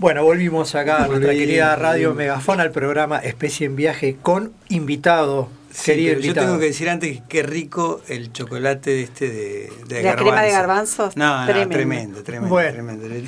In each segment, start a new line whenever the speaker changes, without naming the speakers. Bueno, volvimos acá a nuestra
Volvimos.
querida radio Megafón al programa Especie en Viaje con invitado,
Sí,
querido
pero yo
invitado.
tengo que decir antes que qué rico el chocolate de este de, de
La crema de garbanzos,
No, no,
tremendo.
tremendo, tremendo,
Bueno.
tremendo. Le,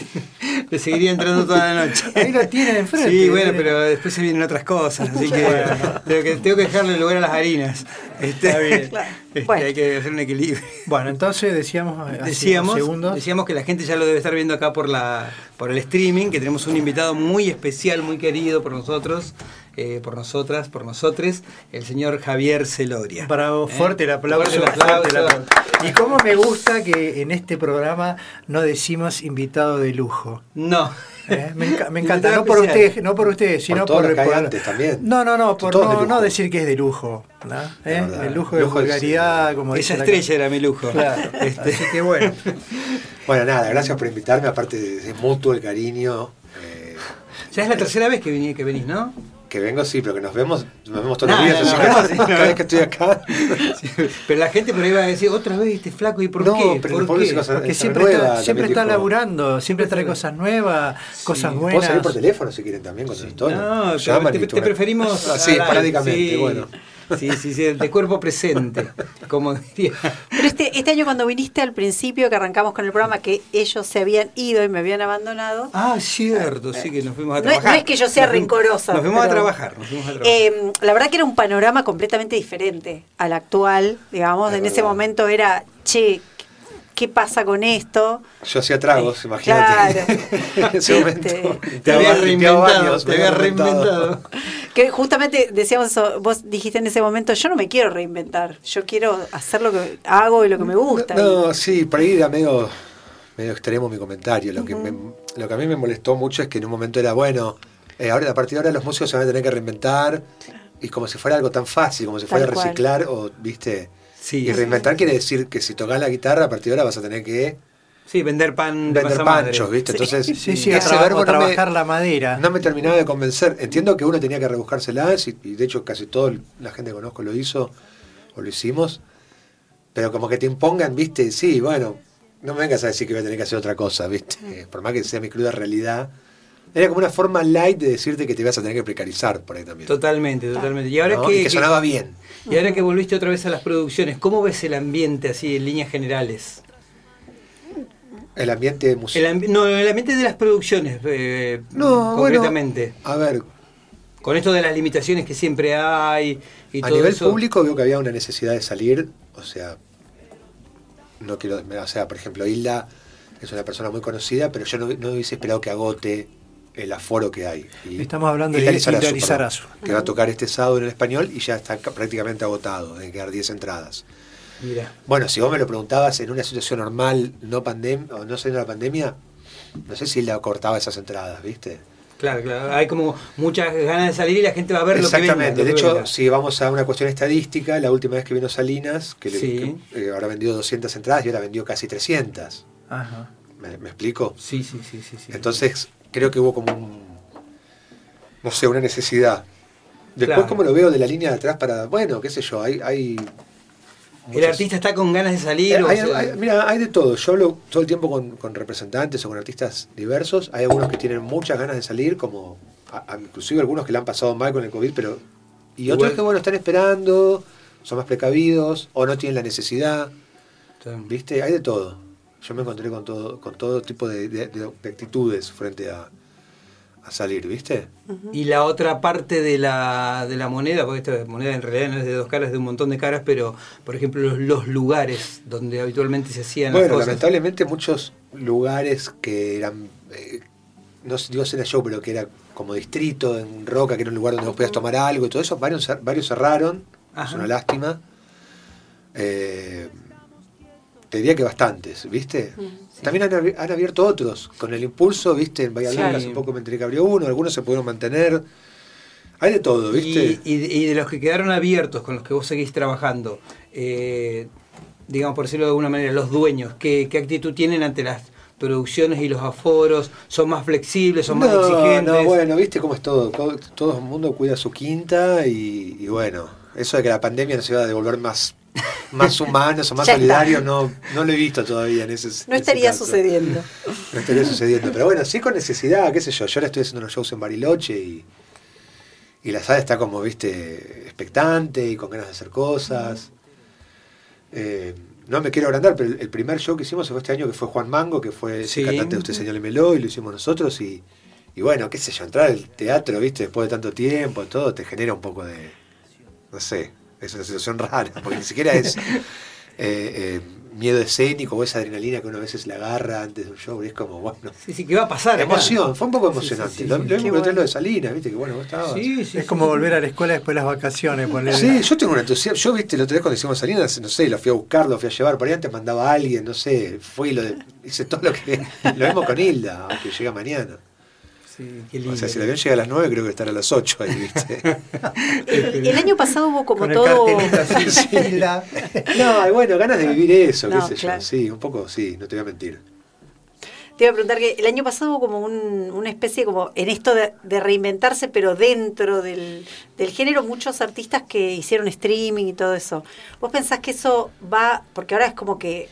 le seguiría entrando toda la noche.
Ahí lo tienen enfrente.
Sí, bueno, pero después se vienen otras cosas, así que,
Bueno.
tengo que tengo que dejarle lugar a las harinas. Este,
Está bien.
Claro.
este,
Bueno.
Hay que hacer un equilibrio.
Bueno, entonces decíamos eh, hace
Decíamos,
unos segundos.
decíamos que la gente ya lo debe estar viendo acá por la por el streaming, que tenemos un invitado muy especial, muy querido por nosotros, eh, por nosotras, por nosotres, el señor Javier Celoria.
Bravo,
¿Eh?
fuerte el aplauso,
Fuerte el
fuerte el
aplauso.
aplauso. Y cómo me gusta que en este programa no decimos invitado de lujo.
No.
¿eh? Me, enca- me encanta,
Invitado
no por
especial.
ustedes, no por ustedes, sino
todos los que hay
por-
antes también.
No, no, no, por
Todos de
no,
lujo.
no decir que es de lujo, ¿no? ¿Eh?
verdad.
El lujo de
Lujo es,
vulgaridad, como
Esa
dice la
estrella era mi lujo.
Claro,
Este,
así que bueno.
Bueno, nada, gracias por invitarme, aparte de es mutuo el cariño. eh,
ya es la tercera vez que, vení- que venís, ¿no?
que vengo, sí, pero que nos vemos, nos vemos todos
No,
los días.
no,
así
no, no,
que cada-
sí, no.
cada vez que estoy acá.
Pero la gente por ahí va a decir, otra vez este flaco, ¿y por
No,
qué?
pero
¿Por
por
qué?
eso cosa-
Porque
Esa
siempre
nueva
está,
Eh, también
siempre está
dijo.
laburando, siempre trae cosas nuevas, cosas
Puedo salir
buenas.
por teléfono si quieren también con el tono.
No, pero
Llaman
te,
y
te
tocan.
preferimos...
Así,
al aire,
prácticamente,
sí.
bueno.
Sí, sí, sí, de cuerpo presente, como diría.
Pero este, este año cuando viniste al principio, que arrancamos con el programa, que ellos se habían ido y me habían abandonado,
Ah, cierto, sí que nos fuimos a
No es-
trabajar.
no es que yo sea
Nos fuimos-
rencorosa,
Nos fuimos a
pero-
trabajar, nos fuimos a trabajar.
eh, la verdad que era un panorama completamente diferente al actual, digamos,
Es
en ese
verdad.
momento era, che, ¿qué pasa con esto?
Yo hacía tragos, imagínate.
Claro.
en ese momento.
Este,
te habías reinventado,
Limpiaba baños,
te
me
habías reinventado.
Que justamente decíamos eso, vos dijiste en ese momento, yo no me quiero reinventar, yo quiero hacer lo que hago y lo que me gusta.
No, no, sí, por ahí era medio, medio extremo mi comentario. Lo, que me- lo que a mí me molestó mucho es que en un momento era, bueno, eh, ahora a partir de ahora los músicos se van a tener que reinventar. Y como si fuera algo tan fácil, como si
Tal
fuera
cual.
reciclar o, viste.
Sí,
y reinventar quiere decir que si tocas la guitarra, a partir de ahora vas a tener que
sí, vender pan Mm, de
vender
pasamadre.
panchos, viste. Entonces,
Sí, sí, o
ese
traba-
verbo
o
no me-
trabajar la madera.
no me terminaba de convencer. Entiendo que uno tenía que rebuscárselas y, y de hecho casi toda la gente que conozco lo hizo o lo hicimos. Pero como que te impongan, viste, sí, bueno, no me vengas a decir que voy a tener que hacer otra cosa, viste. Eh, Por más que sea mi cruda realidad. Era como una forma light de decirte que te vas a tener que precarizar por ahí también.
Totalmente, totalmente. Y ahora
¿no?
que,
Y que
que-
sonaba bien.
y ahora que volviste otra vez a las producciones, ¿cómo ves el ambiente así en líneas generales?
El ambiente
El
musical.
ambi- no, el ambiente de las producciones, eh, concretamente.
a ver,
Con esto de las limitaciones que siempre hay y
a
todo
nivel
eso.
público veo que había una necesidad de salir, o sea, no quiero, o sea, por ejemplo, Hilda es una persona muy conocida, pero yo no, no hubiese esperado que agote el aforo que hay. Y
Estamos hablando de
Hilda
Hilda
perdón,
Lizarazu.
que va a tocar este sábado en el español y ya está ca- prácticamente agotado, deben quedar 10 entradas.
Mira,
Bueno, si vos me lo preguntabas en una situación normal, no pandemia, o no saliendo la pandemia, no sé si Hilda cortaba esas entradas, ¿viste?
claro, claro. Hay como muchas ganas de salir y la gente va a ver lo que venga,
Exactamente.
lo que
de hecho,
venga.
si vamos a una cuestión estadística, la última vez que vino Salinas, que, le-
Sí.
que, eh, habrá vendido 200 entradas y ahora vendió casi 300.
Ajá.
¿Me, me explico?
Sí, sí, sí, sí, sí.
Entonces, creo que hubo como un. No sé, una necesidad. Después,
Claro.
como lo veo de la línea de atrás para. Bueno, qué sé yo, hay. hay
el
muchos-
artista está con ganas de salir.
Eh,
o
hay-
sea-
hay- mira, hay de todo. Yo hablo todo el tiempo con, con representantes o con artistas diversos. Hay algunos que tienen muchas ganas de salir, como a- a- inclusive algunos que la han pasado mal con el COVID, pero y
Igual.
otros que bueno están esperando, son más precavidos o no tienen la necesidad. Viste, hay de todo. Yo me encontré con todo, con todo tipo de, de- de actitudes frente a, a salir, ¿viste?
Y la otra parte de la, de la moneda, porque esta moneda en realidad no es de dos caras, es de un montón de caras, pero por ejemplo los, los lugares donde habitualmente se hacían
Bueno,
las cosas.
lamentablemente muchos lugares que eran, eh, no sé, Dios era yo, pero que era como distrito, en Roca, que era un lugar donde vos podías tomar algo y todo eso, varios, cer- varios cerraron, es
Ajá.
una lástima. Eh, te diría que bastantes, ¿viste? También han, abri- han abierto otros, con el impulso, ¿viste? En Bahía
Sí.
Blanca hace poco me enteré que abrió uno, algunos se pudieron mantener. Hay de todo, ¿viste?
Y, y de- y de los que quedaron abiertos, con los que vos seguís trabajando, eh, digamos por decirlo de alguna manera, los dueños, ¿qué, qué actitud tienen ante las producciones y los aforos? ¿Son más flexibles, son más
No,
exigentes?
No, bueno, viste cómo es todo. Todo, todo el mundo cuida su quinta y, y bueno, eso de que la pandemia nos iba a devolver más más humanos o más
Ya está.
solidarios, no, no lo he visto todavía en ese en
No
ese
estaría
caso.
sucediendo.
No estaría sucediendo. Pero bueno, sí con necesidad, qué sé yo. Yo ahora estoy haciendo unos shows en Bariloche y, y la sala está como, viste, expectante y con ganas de hacer cosas. Eh, no me quiero agrandar, pero el, el primer show que hicimos fue este año, que fue Juan Mango, que fue el
Sí.
cantante de Usted Señálemelo, y lo hicimos nosotros. Y, y bueno, qué sé yo, entrar al teatro, viste, después de tanto tiempo, todo, te genera un poco de, no sé, es una situación rara, porque ni siquiera es eh, eh, miedo escénico o esa adrenalina que uno a veces le agarra antes de un show, y es como, bueno,
Sí, sí, ¿qué va a pasar? acá?
emoción, fue un poco
Sí, sí,
emocionante.
sí,
lo,
sí.
lo
Qué
mismo que el
bueno.
lo de Salinas, viste, que bueno, vos estabas.
Sí, sí,
Es
sí,
como
sí.
volver a la escuela después de las vacaciones, ponerle.
Sí, yo tengo un entusiasmo. Yo, viste, el otro día cuando hicimos Salinas, no sé, lo fui a buscar, lo fui a llevar. Por ahí antes mandaba a alguien, no sé, fui y lo de- hice todo lo que. Lo mismo con Hilda, que llega mañana.
Sí, qué lindo.
O sea, si el avión llega a las 9, creo que estará a las 8 ahí, viste.
Este,
El año pasado hubo como
con
todo.
el cartelito así, Hilda.
No, y bueno, ganas de vivir eso,
No,
qué sé
claro.
yo. Sí, un poco, sí, no te voy a mentir.
Te iba a preguntar que el año pasado hubo como un- una especie como en esto de, de reinventarse, pero dentro del, del género, muchos artistas que hicieron streaming y todo eso. ¿Vos pensás que eso va, porque ahora es como que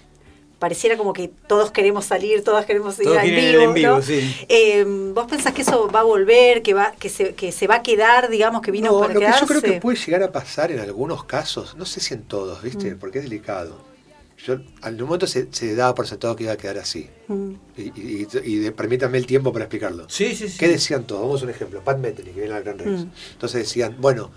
pareciera como que todos queremos salir, todos queremos ir
Todos
al
quieren ir
vivo,
en vivo,
¿no?
sí.
Eh, ¿Vos pensás que eso va a volver, que va, que se, que se va a quedar, digamos, que vino
No,
para
lo que
quedarse?
yo creo que puede llegar a pasar en algunos casos, no sé si en todos,
Mm.
¿viste? Porque es delicado. Yo, al momento se, se daba por sentado que iba a quedar así.
Mm.
Y, y- y de- permítanme el tiempo para explicarlo.
Sí, sí, sí.
¿Qué decían todos? Vamos a un ejemplo. Pat Metheny, que viene al Gran Rex.
Mm.
Entonces decían, bueno,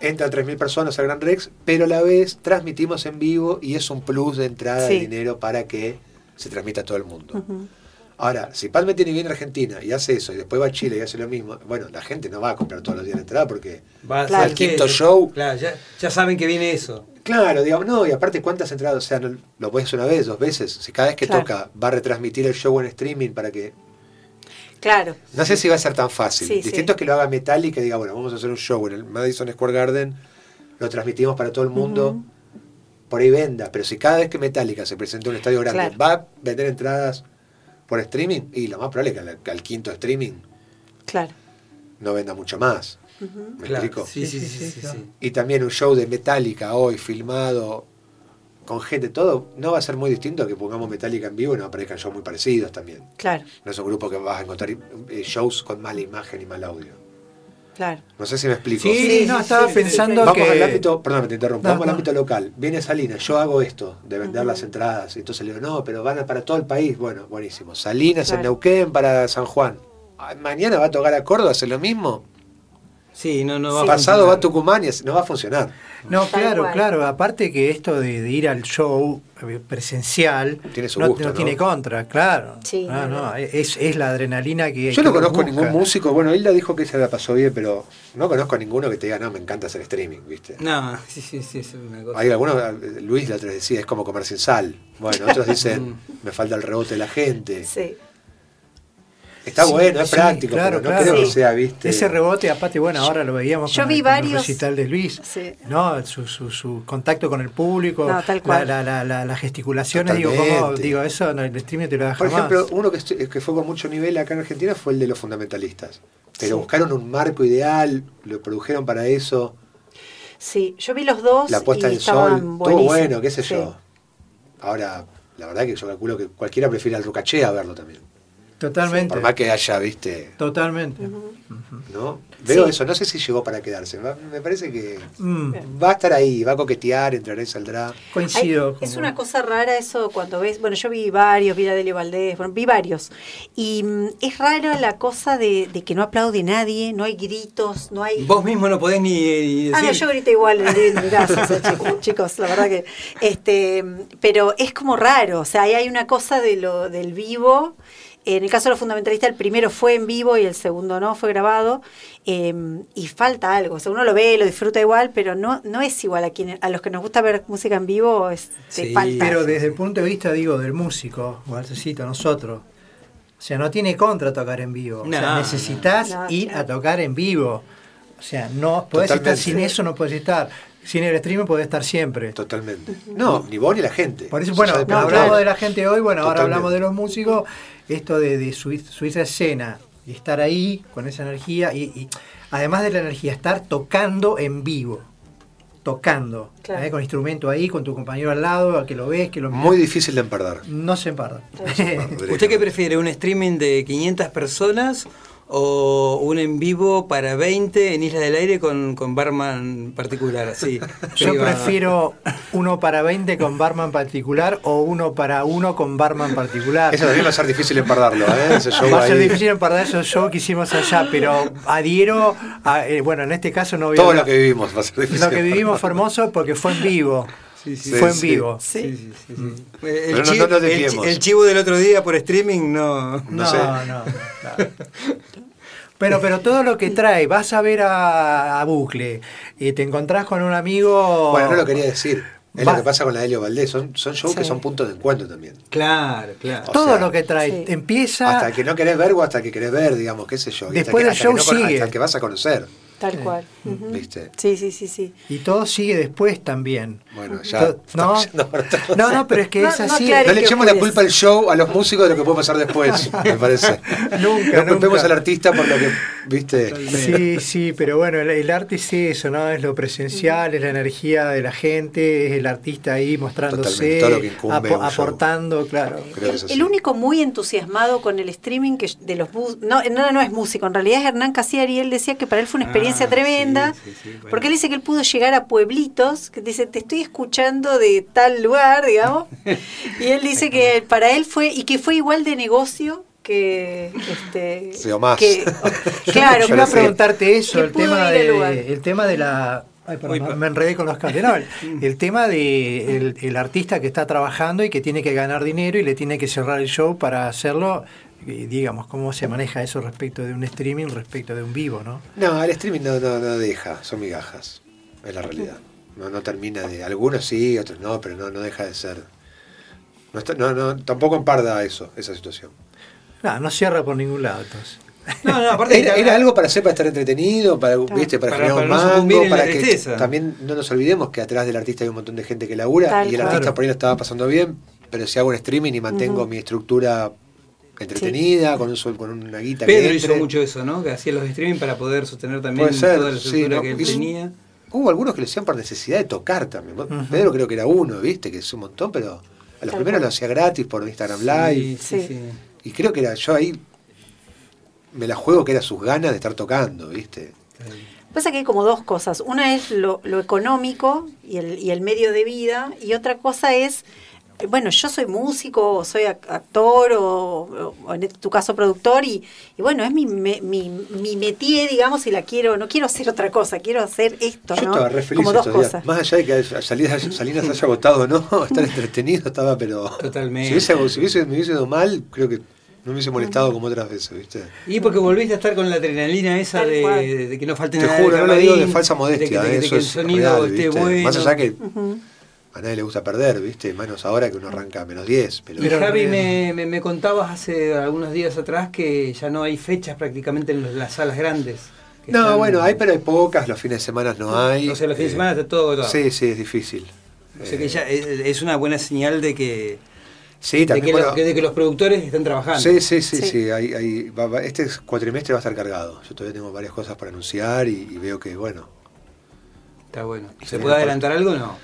entran 3.000 personas al Gran Rex, pero a la vez transmitimos en vivo y es un plus de entrada
Sí. Mm.
de dinero para que se transmita a todo el mundo.
Ujú.
Ahora, si Palme tiene bien Argentina y hace eso, y después va a Chile y hace lo mismo, bueno, la gente no va a comprar todos los días la entrada porque.
Va a
Claro.
ser
El
quinto
que-
show.
Claro, ya, ya saben que viene eso.
Claro, digamos, no, y aparte, ¿cuántas entradas? O sea, no- lo puedes una vez, dos veces. Si cada vez que
Claro.
toca va a retransmitir el show en streaming para que.
Claro.
No sé si va a ser tan fácil.
Sí, sí.
Distinto es que lo haga Metallica y diga, bueno, vamos a hacer un show en el Madison Square Garden, lo transmitimos para todo el mundo,
Ujú.
por ahí venda. Pero si cada vez que Metallica se presenta en un estadio grande,
Claro.
va a vender entradas por streaming, y lo más probable es que al- al quinto streaming
Claro.
no venda mucho más. ¿Me
Claro.
explico?
Sí, sí, sí,
Sí, sí,
sí,
sí,
sí,
claro.
sí.
Y también un show de Metallica hoy filmado con gente, todo, no va a ser muy distinto que pongamos Metallica en vivo y nos aparezcan shows muy parecidos también.
Claro,
No es un grupo que vas a encontrar eh, shows con mala imagen y mal audio.
claro.
No sé si me explico.
Sí,
no,
sí,
estaba
sí,
pensando
Vamos
que.
al ámbito, perdón, te interrumpo,
No,
vamos
no.
al ámbito local. Viene Salinas, yo hago esto, de vender las entradas. Y entonces le digo, no, pero van a para todo el país. Bueno, buenísimo. Salinas en
Claro.
Neuquén para San Juan. Ah, Mañana va a tocar a Córdoba, hace lo mismo.
Sí, no, no va a
Pasado va a
funcionar.
Tucumán y hace- no va a funcionar.
No,
Tal
claro,
cual.
claro. Aparte que esto de, de ir al show eh, presencial
Tiene su
no,
gusto, ¿no?
tiene contra, claro.
Sí,
no,
no,
no, es, es la adrenalina que
Yo no
que uno
conozco
busca.
ningún músico, bueno, Hilda dijo que se la pasó bien, pero no conozco a ninguno que te diga, no, me encanta hacer streaming, ¿viste?
No, sí, sí, sí, es una cosa.
Hay algunos, eh, Luis la otra decía, es como comer sin sal. Bueno, otros dicen, me falta el rebote de la gente.
Sí.
Está
Sí,
bueno, es
sí,
práctico,
claro,
pero no
claro.
creo que
Sí.
sea, ¿viste?
Ese rebote, aparte, bueno, ahora lo veíamos
Yo
con,
vi
el- con el
varios-
recital de Luis,
Sí.
¿no? Su, su, su contacto con el público,
No, tal cual.
La, la, la, la- las gesticulaciones, digo,
Totalmente.
¿cómo? digo, eso no, el streaming te lo da
Por
jamás.
ejemplo, uno que, estu- que fue con mucho nivel acá en Argentina fue el de los fundamentalistas. Pero buscaron un marco ideal, lo produjeron para eso,
Sí, yo vi los dos.
la puesta
y
del sol,
estaban
todo
buenísimos.
bueno, qué sé
Sí.
yo. Ahora, la verdad que yo calculo que cualquiera prefiere al Rucaché a verlo también.
totalmente.
Por más que haya, viste,
Totalmente.
¿no? Veo
Sí.
eso, no sé si llegó para quedarse. va- me parece que
Mm,
va a estar ahí, va a coquetear, entrará y saldrá.
Hay-
coincido.
es
con-
una cosa rara eso cuando ves, bueno, yo vi varios, vi a Delio Valdés, bueno, vi varios. Y mm, es rara la cosa de, de que no aplaude nadie, no hay gritos, no hay...
Vos mismo no podés ni, ni decir.
Ah, no, yo grité igual, gracias, chicos, la verdad que... este Pero es como raro, o sea, ahí hay una cosa de lo del vivo. En el caso de los fundamentalistas, el primero fue en vivo y el segundo no, fue grabado. eh, y falta algo, o sea, uno lo ve, lo disfruta igual, pero no, no es igual a, quien, a los que nos gusta ver música en vivo, es, te
Sí,
falta.
Pero desde el punto de vista, digo, del músico, Waltercito, nosotros. O sea, no tiene contra tocar en vivo. o sea,
No,
necesitas
no. No,
ir
claro.
a tocar en vivo. O sea, no podés estar
Totalmente.
sin eso, no podés estar. Sin el streaming podés estar siempre.
Totalmente. No, ni vos ni la gente.
Por eso,
Ya
bueno,
depende
pero
de
hablamos
vos.
de la gente hoy, bueno, ahora
Totalmente.
hablamos de los músicos, esto de, de subir- subirse a escena y estar ahí con esa energía y, y además de la energía, estar tocando en vivo. tocando,
Claro.
¿eh? con instrumento ahí, con tu compañero al lado, a que lo ves, que lo
Muy difícil de empardar.
No se emparda.
¿Usted qué prefiere? ¿Un streaming de 500 personas o un en vivo para 20 en Isla del Aire con, con barman particular? Así,
Yo
privado?
prefiero uno para 20 con barman particular o uno para uno con barman particular.
Eso también va a ser difícil empardarlo, ¿eh? Ese show
Va a ser
ahí.
difícil empardar esos shows que hicimos allá, pero adhiero a, eh, bueno, en este caso no voy a
Todo
hablar-
lo que vivimos va a ser difícil.
Lo que vivimos fue hermoso porque fue en vivo.
Sí, sí.
fue en
Sí,
vivo.
Sí, sí, sí,
Mm.
sí.
Pero
El,
no-
chi-
no nos
el chi-
desviemos.
el chivo del otro día por streaming no.
No,
No sé.
no, no, claro. Pero, pero todo lo que trae, vas a ver a, a Bucle y te encontrás con un amigo.
Bueno, no lo quería decir. Es
Va-
lo que pasa con la de Helio Valdés. Son, son shows que
Sí.
son puntos de encuentro también.
Claro, claro.
o
Todo
sea,
lo que trae.
sí.
Empieza.
Hasta el que no querés ver o hasta el que querés ver, digamos, qué sé yo. Y hasta
Después
que-
del
hasta
show
que con-
sigue.
Hasta el que vas a conocer,
Tal cual. Ujú.
¿viste?
Sí, sí, sí, sí.
Y todo sigue después también.
Bueno, ya.
To- No,
estamos yendo por otro lado.
no, no, pero es que
No,
es
no
así.
aclares.
No le
que
echemos la
puedes.
culpa al show a los músicos de lo que puede pasar después, me parece.
Nunca,
No culpemos
nunca.
al artista por lo que, viste.
Sí, sí, pero bueno, el, el arte es eso, ¿no? Es lo presencial, es la energía de la gente, es el artista ahí mostrándose,
Totalmente, todo lo que incumbe
apo-
un show.
aportando, claro.
Creo que es
El,
así.
el único muy entusiasmado con el streaming que de los bus- no, no, no es músico, en realidad es Hernán Casiari, él decía que para él fue una experiencia
Ah,
tremenda,
sí, sí, sí, bueno.
porque él dice que él pudo llegar a pueblitos, que dice, te estoy escuchando de tal lugar, digamos, y él dice que para él fue, y que fue igual de negocio que... Este,
Sí, o más.
que-
Yo-
claro,
yo iba a
que-
preguntarte eso,
que
el
pudo
tema,
ir al lugar.
de, el tema de la... ay, perdón,
Uy,
me-
pa-
me enredé con los cables. No, el, el tema de el, el artista que está trabajando y que tiene que ganar dinero y le tiene que cerrar el show para hacerlo, y digamos, cómo se maneja eso respecto de un streaming, respecto de un vivo, ¿no?
No, el streaming no, no, no deja, son migajas, es la realidad. No, no termina de. Algunos sí, otros no, pero no, no deja de ser. No está- no, no, tampoco emparda eso, esa situación.
No, no cierra por ningún lado, entonces.
No, no, aparte
Era, era algo para hacer, para estar entretenido, para, ¿viste? para,
Para-
generar un
para no sucumbir
mango,
en la
para que
tristeza.
también no nos olvidemos que atrás del artista hay un montón de gente que labura
Tal
y el
cual.
artista
Claro.
por ahí lo estaba pasando bien, pero si hago un streaming y mantengo mi estructura entretenida, con, un, sol- con una guita que
Pedro hizo
entre.
mucho eso, ¿no? Que hacía los streaming para poder sostener también
Puede ser,
toda la
sí,
estructura
¿no?
que él
Hizo-
tenía.
Hubo algunos que lo hacían por necesidad de tocar también.
Ujú.
Pedro creo que era uno, viste, que es un montón, pero a los
Tal
primeros
cual.
lo hacía gratis por Instagram Live.
Sí, sí,
Sí.
sí.
Y creo que era yo ahí, me la juego que era sus ganas de estar tocando, viste.
Pasa que hay como dos cosas. Una es lo, lo económico y el, y el medio de vida, y otra cosa es, eh, bueno, yo soy músico, o soy ac- actor, o, o en tu caso productor, y, y bueno, es mi, me- mi, mi métier, digamos, y la quiero, no quiero hacer otra cosa, quiero hacer esto,
Yo
¿no?
estaba re feliz
como dos
estos días.
cosas. Mm.
Más allá de que a Salinas, Salinas haya agotado, ¿no? Estar entretenido estaba, pero.
Totalmente.
Si, hubiese, si hubiese- me hubiese ido mal, creo que no me hubiese
Mm.
molestado como otras veces, ¿viste?
Y porque volviste a estar con la adrenalina esa
Tal
de,
cual.
de que no falte
Te
nada.
juro,
del
no lo digo de
camarín,
falsa modestia,
de que, de
¿eh?
que
eso
el
es
sonido
real,
esté
¿viste?
bueno.
Más allá que
Ujú.
a nadie le gusta perder, ¿viste? Menos ahora que
Mm.
uno arranca a menos 10. Pero,
Y
Pero-
Javi, me, me- me contabas hace algunos días atrás que ya no hay fechas prácticamente en los- las salas grandes. que
no,
están-
bueno, hay, pero hay pocas. Los fines de semana no hay.
O sea, los fines de
eh,
semana está todo agotado.
Sí, sí, es difícil.
O sea que
Eh,
ya es, es una buena señal de que,
Sí,
de
también.
que,
bueno,
los, de que los productores están trabajando.
Sí, sí, sí,
Sí.
sí. hay- hay- va- va- este cuatrimestre va a estar cargado. Yo todavía tengo varias cosas para anunciar y, y veo que, bueno.
Está bueno.
Sí,
¿Se puede
aparte.
adelantar algo o no?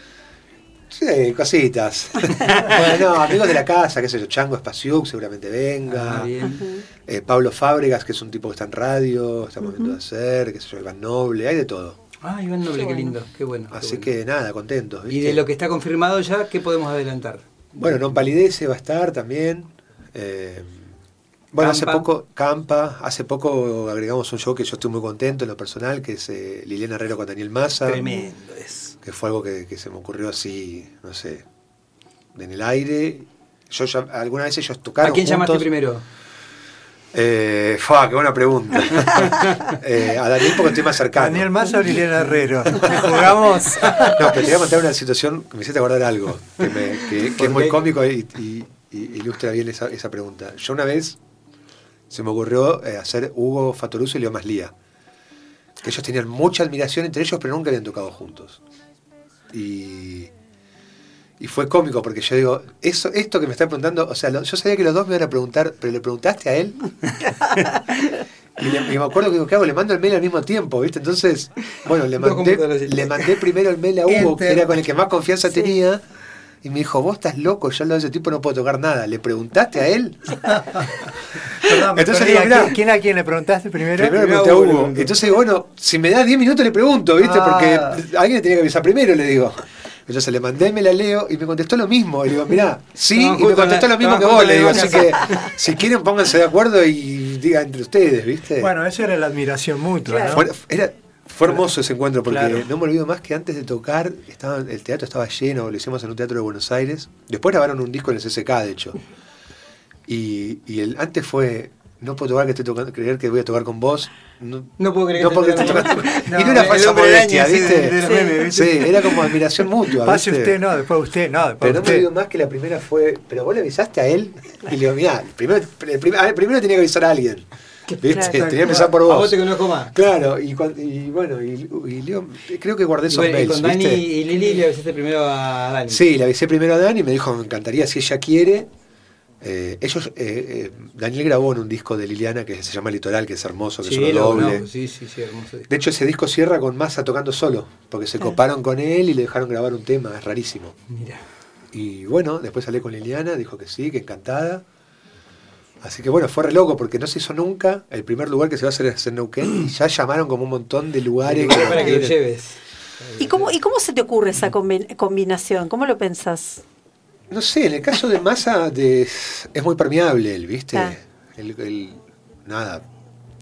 Sí, cositas. bueno, no, amigos de la casa, qué sé yo, Chango Espaciuc seguramente venga.
Ah, bien.
Eh, Pablo Fábregas, que es un tipo que está en radio, estamos viendo de hacer, qué sé yo, Iván Noble, hay de todo.
Ah, Iván Noble,
Qué
qué,
bueno.
lindo, qué bueno. Ah, qué
Así
bueno.
que nada, contentos.
Y
¿viste?
de lo que está confirmado ya, ¿qué podemos adelantar?
Bueno, No Palidece va a estar también. Eh, bueno, hace
Campa.
poco, Campa, hace poco agregamos un show que yo estoy muy contento en lo personal, que es eh, Liliana Herrero con Daniel Massa.
Tremendo es.
que fue algo que, que se me ocurrió así, no sé, en el aire. Yo ya, alguna vez ellos tocaron.
¿A quién llamaste
juntos.
primero?
Eh, fa, qué buena pregunta. Eh, a Daniel porque estoy más cercano.
Daniel Massa o Liliana Herrero. Jugamos.
No, pero te voy a contar una situación que me hiciste acordar algo, que, me- que- que es muy
qué?
cómico y, y- y ilustra bien esa, esa pregunta. Yo una vez se me ocurrió eh, hacer Hugo Fatoruso y Leo Maslía, que ellos tenían mucha admiración entre ellos, pero nunca habían tocado juntos. Y, y fue cómico, porque yo digo, eso, esto que me está preguntando, o sea, lo- yo sabía que los dos me iban a preguntar, pero le preguntaste a él. Y, le- y me acuerdo que digo, ¿qué hago? Le mando el mail al mismo tiempo, ¿viste? Entonces, bueno, le
Dos
mandé,
computadoras.
le mandé primero el mail a Hugo, que
Enter.
era con el que más confianza
Sí.
tenía. Y me dijo, vos estás loco, yo al lado de ese tipo no puedo tocar nada. ¿Le preguntaste a él?
Perdón, me
Entonces
perdí.
digo,
¿A
mirá.
quién- ¿Quién a quién le preguntaste primero?
Primero le
Primero
pregunté a
Hugo
Hugo.
le pregunté.
Entonces, bueno, si me da 10 minutos le pregunto, ¿viste?
Ah.
Porque alguien le tenía que avisar primero, le digo. Entonces le mandé, me la leo y me contestó lo mismo. Y le digo, mirá, sí,
Estaban
y me
juntos
contestó
en la-
lo mismo
estaban juntos
que vos,
en la
le digo. Así
misma
que, si quieren, pónganse de acuerdo y digan entre ustedes, ¿viste?
Bueno, esa era la admiración mutua,
Claro.
¿no?
Fue, era- fue hermoso ese encuentro porque
Claro.
no me olvido más que antes de tocar estaban, el teatro estaba lleno, lo hicimos en un teatro de Buenos Aires. Después grabaron un disco en el CCK, de hecho. Y, y el antes fue, no puedo tocar que estoy tocando, creer que voy a tocar con vos. No,
No puedo creer que
no
estoy
puedo creer que
tocando
estoy
con
tocando-
vos.
Y no
No,
era
el
falsa
hombre del
modestia,
año, sí,
¿viste?
de los memes, ¿viste?
Sí, era como admiración mutua.
Pase
¿viste?
usted, no, después usted, no, después
Pero no me
usted.
olvido más que la primera fue, pero vos le avisaste a él y le digo, mirá, primero, el prim- ah, primero tenía que avisar a alguien. ¿Viste?
Claro.
tenía que empezar por
A vos te conozco más.
Claro, y, cuan- y bueno, y, y Leo, creo que guardé
Y
esos
bueno, y
mails,
con Dani
¿viste?
y Lili le avisaste primero a Dani.
Sí, le avisé primero a Dani, me dijo, me encantaría si ella quiere. Eh, ellos, eh, eh, Daniel grabó en un disco de Liliana que se llama Litoral, que es hermoso, que es
sí,
un
lo
doble.
conozco, sí, sí, sí, hermoso.
De hecho, ese disco cierra con Massa tocando solo, porque se
Claro.
coparon con él y le dejaron grabar un tema, es rarísimo.
Mira.
Y bueno, después hablé con Liliana, dijo que sí, que encantada. Así que bueno, fue re loco porque no se hizo nunca. El primer lugar que se va a hacer es en Neuquén y ya llamaron como un montón de lugares.
Para que lo lleves.
¿Y cómo, ¿Y cómo se te ocurre esa combi- combinación? ¿Cómo lo pensás?
No sé, en el caso de Massa de- es muy permeable él, ¿viste?
Ah.
El, el- nada.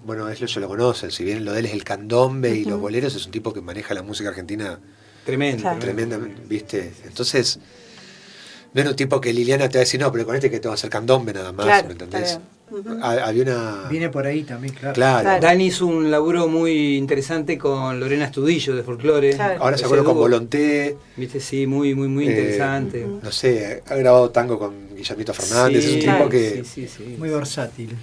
Bueno, es lo, se lo conocen. Si bien lo de él es el candombe y los
Ujú.
boleros, es un tipo que maneja la música argentina
Tremendo.
Claro.
tremendamente, ¿viste? Entonces, no era un tipo que Liliana te va a decir, no, pero con este que te va a hacer candombe nada más,
Claro,
¿me entendés?
está bien. Ujú.
Ha- Había una.
Viene por ahí también, claro.
Claro.
Claro.
Dani hizo un laburo muy interesante con Lorena Estudillo de Folclore.
Claro.
Ahora se
Ese
acuerda con
dúo.
Volonté.
Viste, sí, muy, muy, muy
eh,
interesante.
no sé, ha grabado tango con Guillermito Fernández.
Sí,
es un
claro,
tipo que.
Sí, sí, sí.
Muy versátil.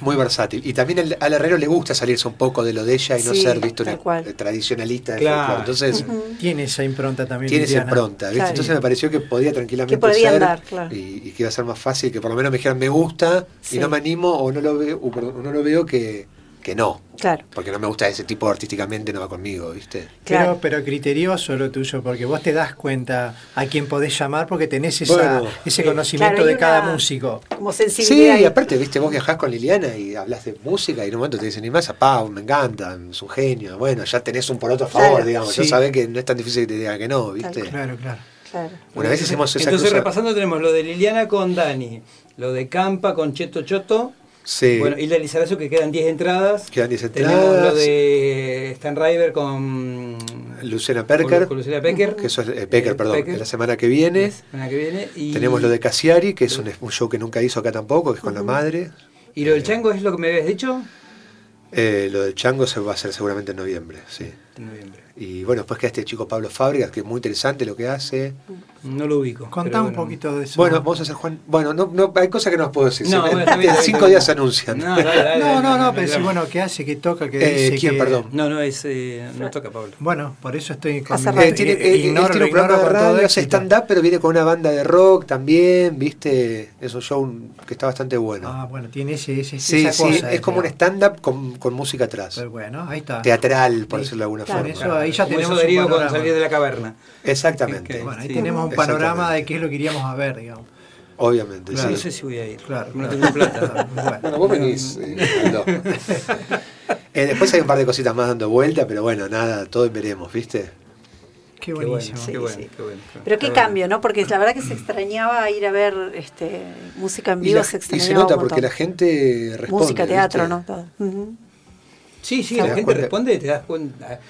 Muy versátil. Y también al, al herrero le gusta salirse un poco de lo de ella y no
Sí,
ser visto
tal
una
cual.
tradicionalista. del
Claro.
folclore. Entonces,
Ujú.
Tiene esa impronta también.
tiene esa
Liliana.
impronta. ¿viste?
Claro.
Entonces me pareció que podía tranquilamente
Que podía
ser
andar, claro.
y, y que iba a ser más fácil, que por lo menos me dijeran me gusta
Sí.
y no me animo o no lo veo, o perdón, o no lo veo que, que no.
Claro,
Porque no me gusta ese tipo artísticamente, no va conmigo, ¿viste?
claro.
Pero, pero criterioso lo tuyo, porque vos te das cuenta a quién podés llamar porque tenés esa-
Bueno,
ese
sí.
conocimiento
Claro, hay
de cada
una-
músico.
Como
Sí,
sensibilidad.
y aparte, viste, vos viajás con Liliana y hablas de música y en un momento te dicen, y más a Pau, me encanta, es un genio. Bueno, ya tenés un por otro a favor,
Claro.
digamos.
Sí.
Ya sabés que no es tan difícil que te diga que no, ¿viste?
Tal
Claro, claro.
claro.
Una vez hicimos esa
Entonces,
cruza-
repasando, tenemos lo de Liliana con Dani, lo de Campa con Cheto Choto.
Sí.
Bueno, y la Lizarazo que quedan 10 entradas.
Quedan 10
Tenemos lo
entradas.
de Stan River con.
Lucena Perker,
con- con Lucena Pecker.
que eso es eh, Pecker,
Eh,
perdón,
Pecker.
que la semana que viene.
La semana que viene. Y,
Tenemos lo de Cassiari, que es un, un show que nunca hizo acá tampoco, que es con la madre.
¿Y lo del Chango es lo que me habías dicho?
Eh, lo del Chango se va a hacer seguramente en noviembre, sí.
En noviembre.
Y bueno, después queda este chico Pablo Fábricas, que es muy interesante lo que hace.
No lo ubico.
Contá
pero
un
bueno.
poquito de eso.
Bueno, vamos a hacer Juan. Bueno, no, no, hay cosas que no os puedo decir.
No,
se-
bueno,
en-
está bien,
en
está bien,
cinco
está
días se
bien.
anuncian.
No, dale, dale,
No, no,
dale,
no,
dale,
pero sí,
dale.
bueno, ¿qué hace? ¿Qué toca? ¿Qué
Eh,
dice?
¿quién,
¿Qué-
perdón?
No, no, es. eh, no toca Pablo.
Bueno, por eso estoy con
Hace
mi-
rato.
Eh, tiene,
eh,
eh, él
ignoro-
tiene
ignoro
un programa de
con todo
radio, hace
éxito.
stand-up, pero viene con una banda de rock también, ¿viste? Es un show que está bastante bueno.
Ah, bueno, tiene ese, ese
sí,
esa
sí,
cosa,
es como un
digamos.
stand-up con, con música atrás.
Pero bueno, ahí está.
Teatral, por
Sí.
decirlo de alguna
Claro,
forma.
eso ahí ya
Como
tenemos
eso deriva
un
con
panorama.
salir de la caverna.
Exactamente.
Ok.
Bueno, ahí
Sí.
tenemos un
Exactamente.
panorama de qué es lo que iríamos a ver, digamos.
Obviamente,
Claro.
No
sí.
sé si voy a ir.
Claro,
No
claro.
tengo plata.
Bueno,
Bueno, vos venís. eh, Aldo. Eh, después hay un par de cositas más dando vuelta, pero bueno, nada, todo veremos, ¿viste?
qué
Qué bueno,
buenísimo.
qué
Sí,
bueno,
sí.
qué bueno.
Pero qué
Está
Ah.
bueno.
cambio, ¿no? Porque la verdad que se extrañaba ir a ver este, música en
Y,
vivo,
la-
se
y
extrañaba.
se nota
un montón.
porque la gente responde.
Música, teatro,
¿viste?
¿no? Todo. Ujú.
Sí, sí,
¿Te
la
das
gente
cuenta?
responde, te das cuenta.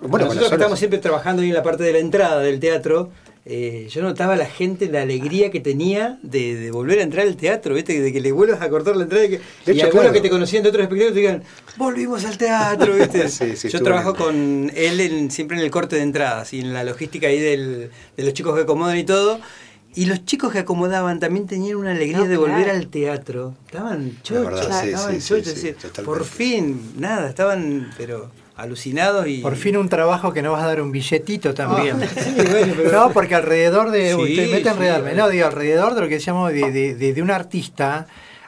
Bueno, con las
Nosotros
horas.
que estamos siempre trabajando ahí en la parte de la entrada del teatro. eh, yo notaba la gente la alegría que tenía de, de volver a entrar al teatro, ¿viste? de que le vuelvas a cortar la entrada. y que-
De
y
hecho,
algunos
claro.
que te conocían de otros espectáculos te digan, volvimos al teatro. ¿viste?
Sí, sí,
yo
estuvo
trabajo
lindo.
con él en- siempre en el corte de entradas y en la logística ahí del- de los chicos que acomodan y todo. Y los chicos que acomodaban también tenían una alegría
No,
de volver
claro.
al teatro. Estaban chochos,
verdad, sí,
estaban
sí, sí,
chochos.
sí,
es decir,
totalmente.
por fin fin, nada, estaban pero alucinados y
Por fin un trabajo que no vas a dar un billetito también.
Ah, sí, bueno, pero-
No, porque alrededor de.
Sí,
usted mete a
sí,
enredarme.
bueno.
No, digo, alrededor de lo que decíamos de, de, de- de un artista.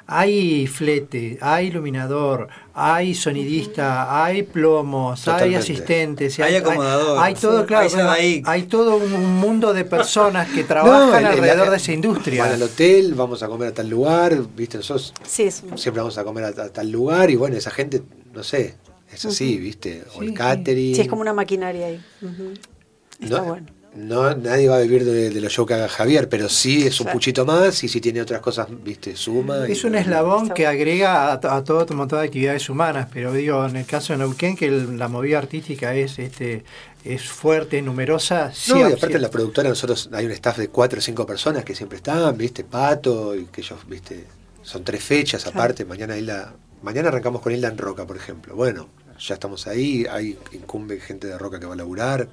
hay flete, hay iluminador, hay sonidista, hay plomos, hay
Totalmente.
asistentes,
Hay acomodador.
hay todo,
Sí.
claro,
Hay Sadaik.
hay todo un un mundo de personas que trabajan
el- el-
alrededor de esa industria.
Van al hotel, vamos a comer a tal lugar, viste, nosotros
Sí, es un-
siempre vamos a comer a, a tal lugar y bueno, esa gente, no sé, es así, viste, o el catering.
sí, es como una maquinaria ahí. Ujú. Está bueno.
no, nadie va a vivir de, de los shows que haga Javier, pero sí es un
Exacto.
puchito más y si tiene otras cosas, viste, suma. y-
Es un eslabón
Está
que
bueno.
agrega a, to- a todo un montón de actividades humanas, pero digo, en el caso de Neuquén, que el- la movida artística es este es fuerte, numerosa,
No,
sí,
y aparte
sí.
en la productora nosotros hay un staff de cuatro o cinco personas que siempre están, viste, Pato, y que ellos, viste, son tres fechas aparte, mañana Isla, mañana arrancamos con Isla en Roca, por ejemplo. Bueno, ya estamos ahí, hay incumbe gente de Roca que va a laburar,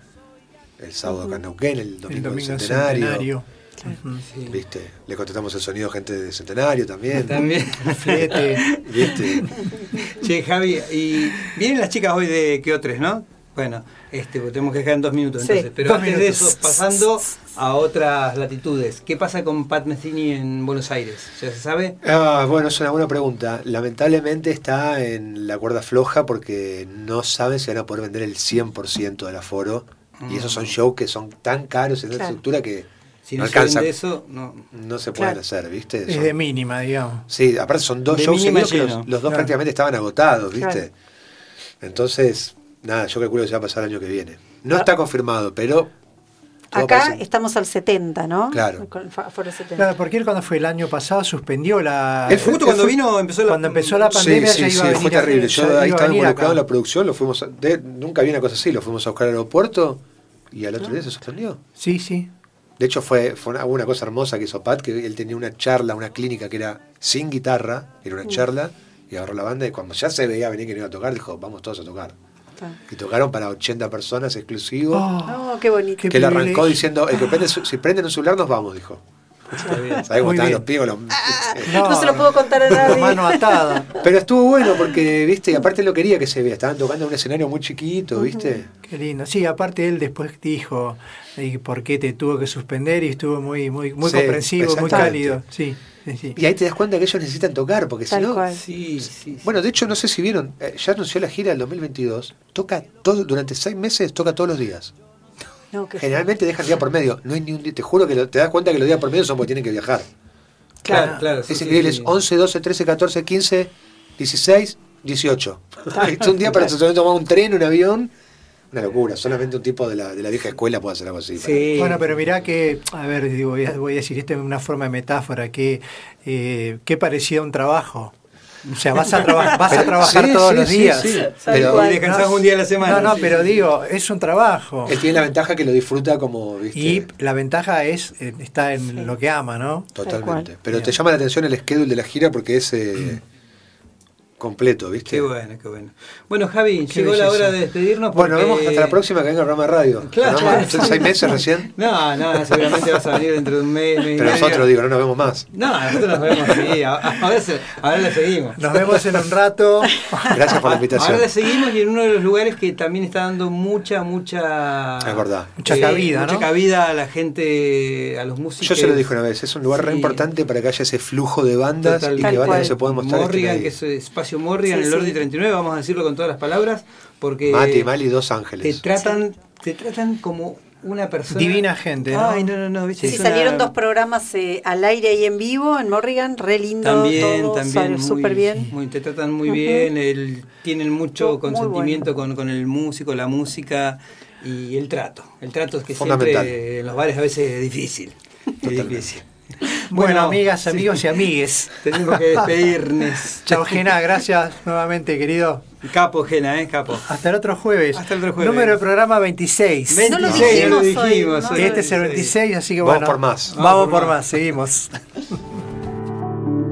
el sábado acá en Neuquén, el domingo,
el
en
domingo del
centenario,
centenario. Ujú.
Sí.
viste, le contratamos el sonido a gente de centenario también,
También.
Flete.
viste,
Che, Javi, y vienen las chicas hoy de Quiotres, ¿no? Bueno, este, porque tenemos que dejar en dos minutos
Sí,
entonces. Pero
dos
antes
minutos.
de eso, pasando a otras latitudes. ¿Qué pasa con Pat Metheny en Buenos Aires? ¿Ya se sabe?
Ah, bueno, es una buena pregunta. Lamentablemente está en la cuerda floja porque no saben si van a poder vender el 100% del aforo. Y esos
Mm.
son shows que son tan caros en esa
Claro.
estructura que
Si
no
no, se
alcanza.
vende eso, no.
no se pueden
Claro.
hacer, ¿viste?
Es
Son-
de mínima, digamos.
sí, aparte son dos
De
shows
mínima
seguidos que los,
lleno.
los dos
Claro.
prácticamente estaban agotados, ¿viste?
Claro.
Entonces, nada, yo calculo que se va a pasar el año que viene. No
Ah.
está confirmado, pero... todo
Acá
parece-
estamos al 70, ¿no?
Claro.
Con fa- Aforo 70.
Claro, porque él cuando fue el año pasado suspendió la...
Él
Justo cuando
fue-
vino, empezó la.
cuando empezó la
Sí,
pandemia ya
sí,
iba
sí,
a venir
fue
acá,
terrible.
ya
Yo ahí
iba a
estaba
venir acá.
involucrado en la producción, lo fuimos a- de- nunca había una cosa así, lo fuimos a buscar al aeropuerto y al otro
Ah.
día se sorprendió.
Sí, sí.
De hecho, fue, fue una, una cosa hermosa que hizo Pat, que él tenía una charla, una clínica que era sin guitarra, era
Mm.
una charla, y agarró la banda y cuando ya se veía venir que no iba a tocar, dijo, vamos todos a tocar.
Está.
Y tocaron para 80 personas exclusivo,
Oh,
No, qué bonito.
qué
que él arrancó
privilegio.
diciendo, el que prende su- si prenden un celular nos vamos, dijo.
Está bien.
¿Sabés cómo
Muy
estaban
bien.
los pibos? Los-
Ah, No, se lo puedo contar a nadie.
Mano atada.
Pero estuvo bueno porque, viste, y aparte lo quería que se vea, estaban tocando en un escenario muy chiquito, viste.
Qué lindo. Sí, aparte él después dijo eh, por qué te tuvo que suspender y estuvo muy muy muy
Sí,
comprensivo, muy
exactamente.
cálido. Sí, sí, sí.
Y ahí te das cuenta que ellos necesitan tocar, porque si
Tal
no...
cual.
Sí, sí. sí.
Bueno, de hecho, no sé si vieron, eh, ya anunció la gira del 2022, toca todo, durante seis meses toca todos los días.
No, qué-
Generalmente dejan día por medio, no hay ni un día, te juro que lo- te das cuenta que los días por medio son porque tienen que viajar.
claro, claro. sí,
es
sí,
increíble,
sí.
es 11, 12, 13, 14, 15, 16, 18. es un día para solamente tomar un tren, un avión, una locura, solamente un tipo de la, de la vieja escuela puede hacer algo así.
Sí.
Bueno, pero mirá que, a ver, digo, voy, a, voy a decir esto en una forma de metáfora, que, eh, que parecía un trabajo. O sea, vas a, traba- vas a
Pero-
trabajar
sí,
todos
sí,
los
sí,
días.
sí.
Tal
Pero
cual.
Y descansás un día a la semana.
No, no,
Sí,
pero
sí.
digo, es un trabajo.
él tiene la ventaja que lo disfruta como, viste.
Y la ventaja es eh, está en
Sí.
lo que ama, ¿no?
Tal
Totalmente.
cual.
Pero te
Bien.
llama la atención el schedule de la gira porque es eh, completo, ¿viste?
Qué bueno, qué bueno. Bueno, Javi,
Qué
llegó la
belleza.
hora de despedirnos.
Bueno, nos
porque-
vemos hasta la próxima que venga el programa de radio.
Claro.
Programa- son seis meses recién.
No, no, seguramente vas a venir dentro de un mes. mes y
Pero
medio.
nosotros, digo, no nos vemos más.
No, nosotros nos vemos así. a- a- Ahora, se- ahora le seguimos.
Nos vemos en un rato.
Gracias por la invitación.
Ahora le seguimos y en uno de los lugares que también está dando mucha, mucha. eh,
Es verdad.
Mucha cabida,
Mucha
¿no?
cabida a la gente, a los músicos.
Yo se lo dije una vez, es un lugar re
Sí.
importante para que haya ese flujo de bandas
Total.
y
Tal
que bandas
cual.
que se pueden mostrar. este estén
Morrigan,
ahí.
que es eh, espacio Morrigan,
Sí,
el
sí.
Ordi 39, vamos a decirlo con todas las palabras, porque
Mati, Mali, Dos
te
Ángeles.
tratan, te tratan como una persona.
Divina gente, ¿no?
Ay, no, no, no, viste,
Sí,
es una-
salieron dos programas eh, al aire y en vivo en Morrigan, re lindo,
También,
todo,
también.
salió
muy-
súper bien.
muy- te tratan muy
Ujú.
bien, el- tienen mucho
Muy
consentimiento con, con el músico, la música y el trato. El trato es que
Fundamental.
siempre eh, en los bares a veces es difícil. Es difícil.
Bueno, amigas,
sí,
amigos y amigues.
Tenemos que despedirnos.
Chao, Gena, gracias nuevamente, querido.
Capo, Gena, ¿eh? Capo.
Hasta el otro jueves.
Hasta el otro jueves.
Número de programa 26.
No lo
26,
dijimos hoy,
dijimos
no
hoy.
Este es el 26, así que
Vamos
bueno.
por más.
Vamos por más, seguimos.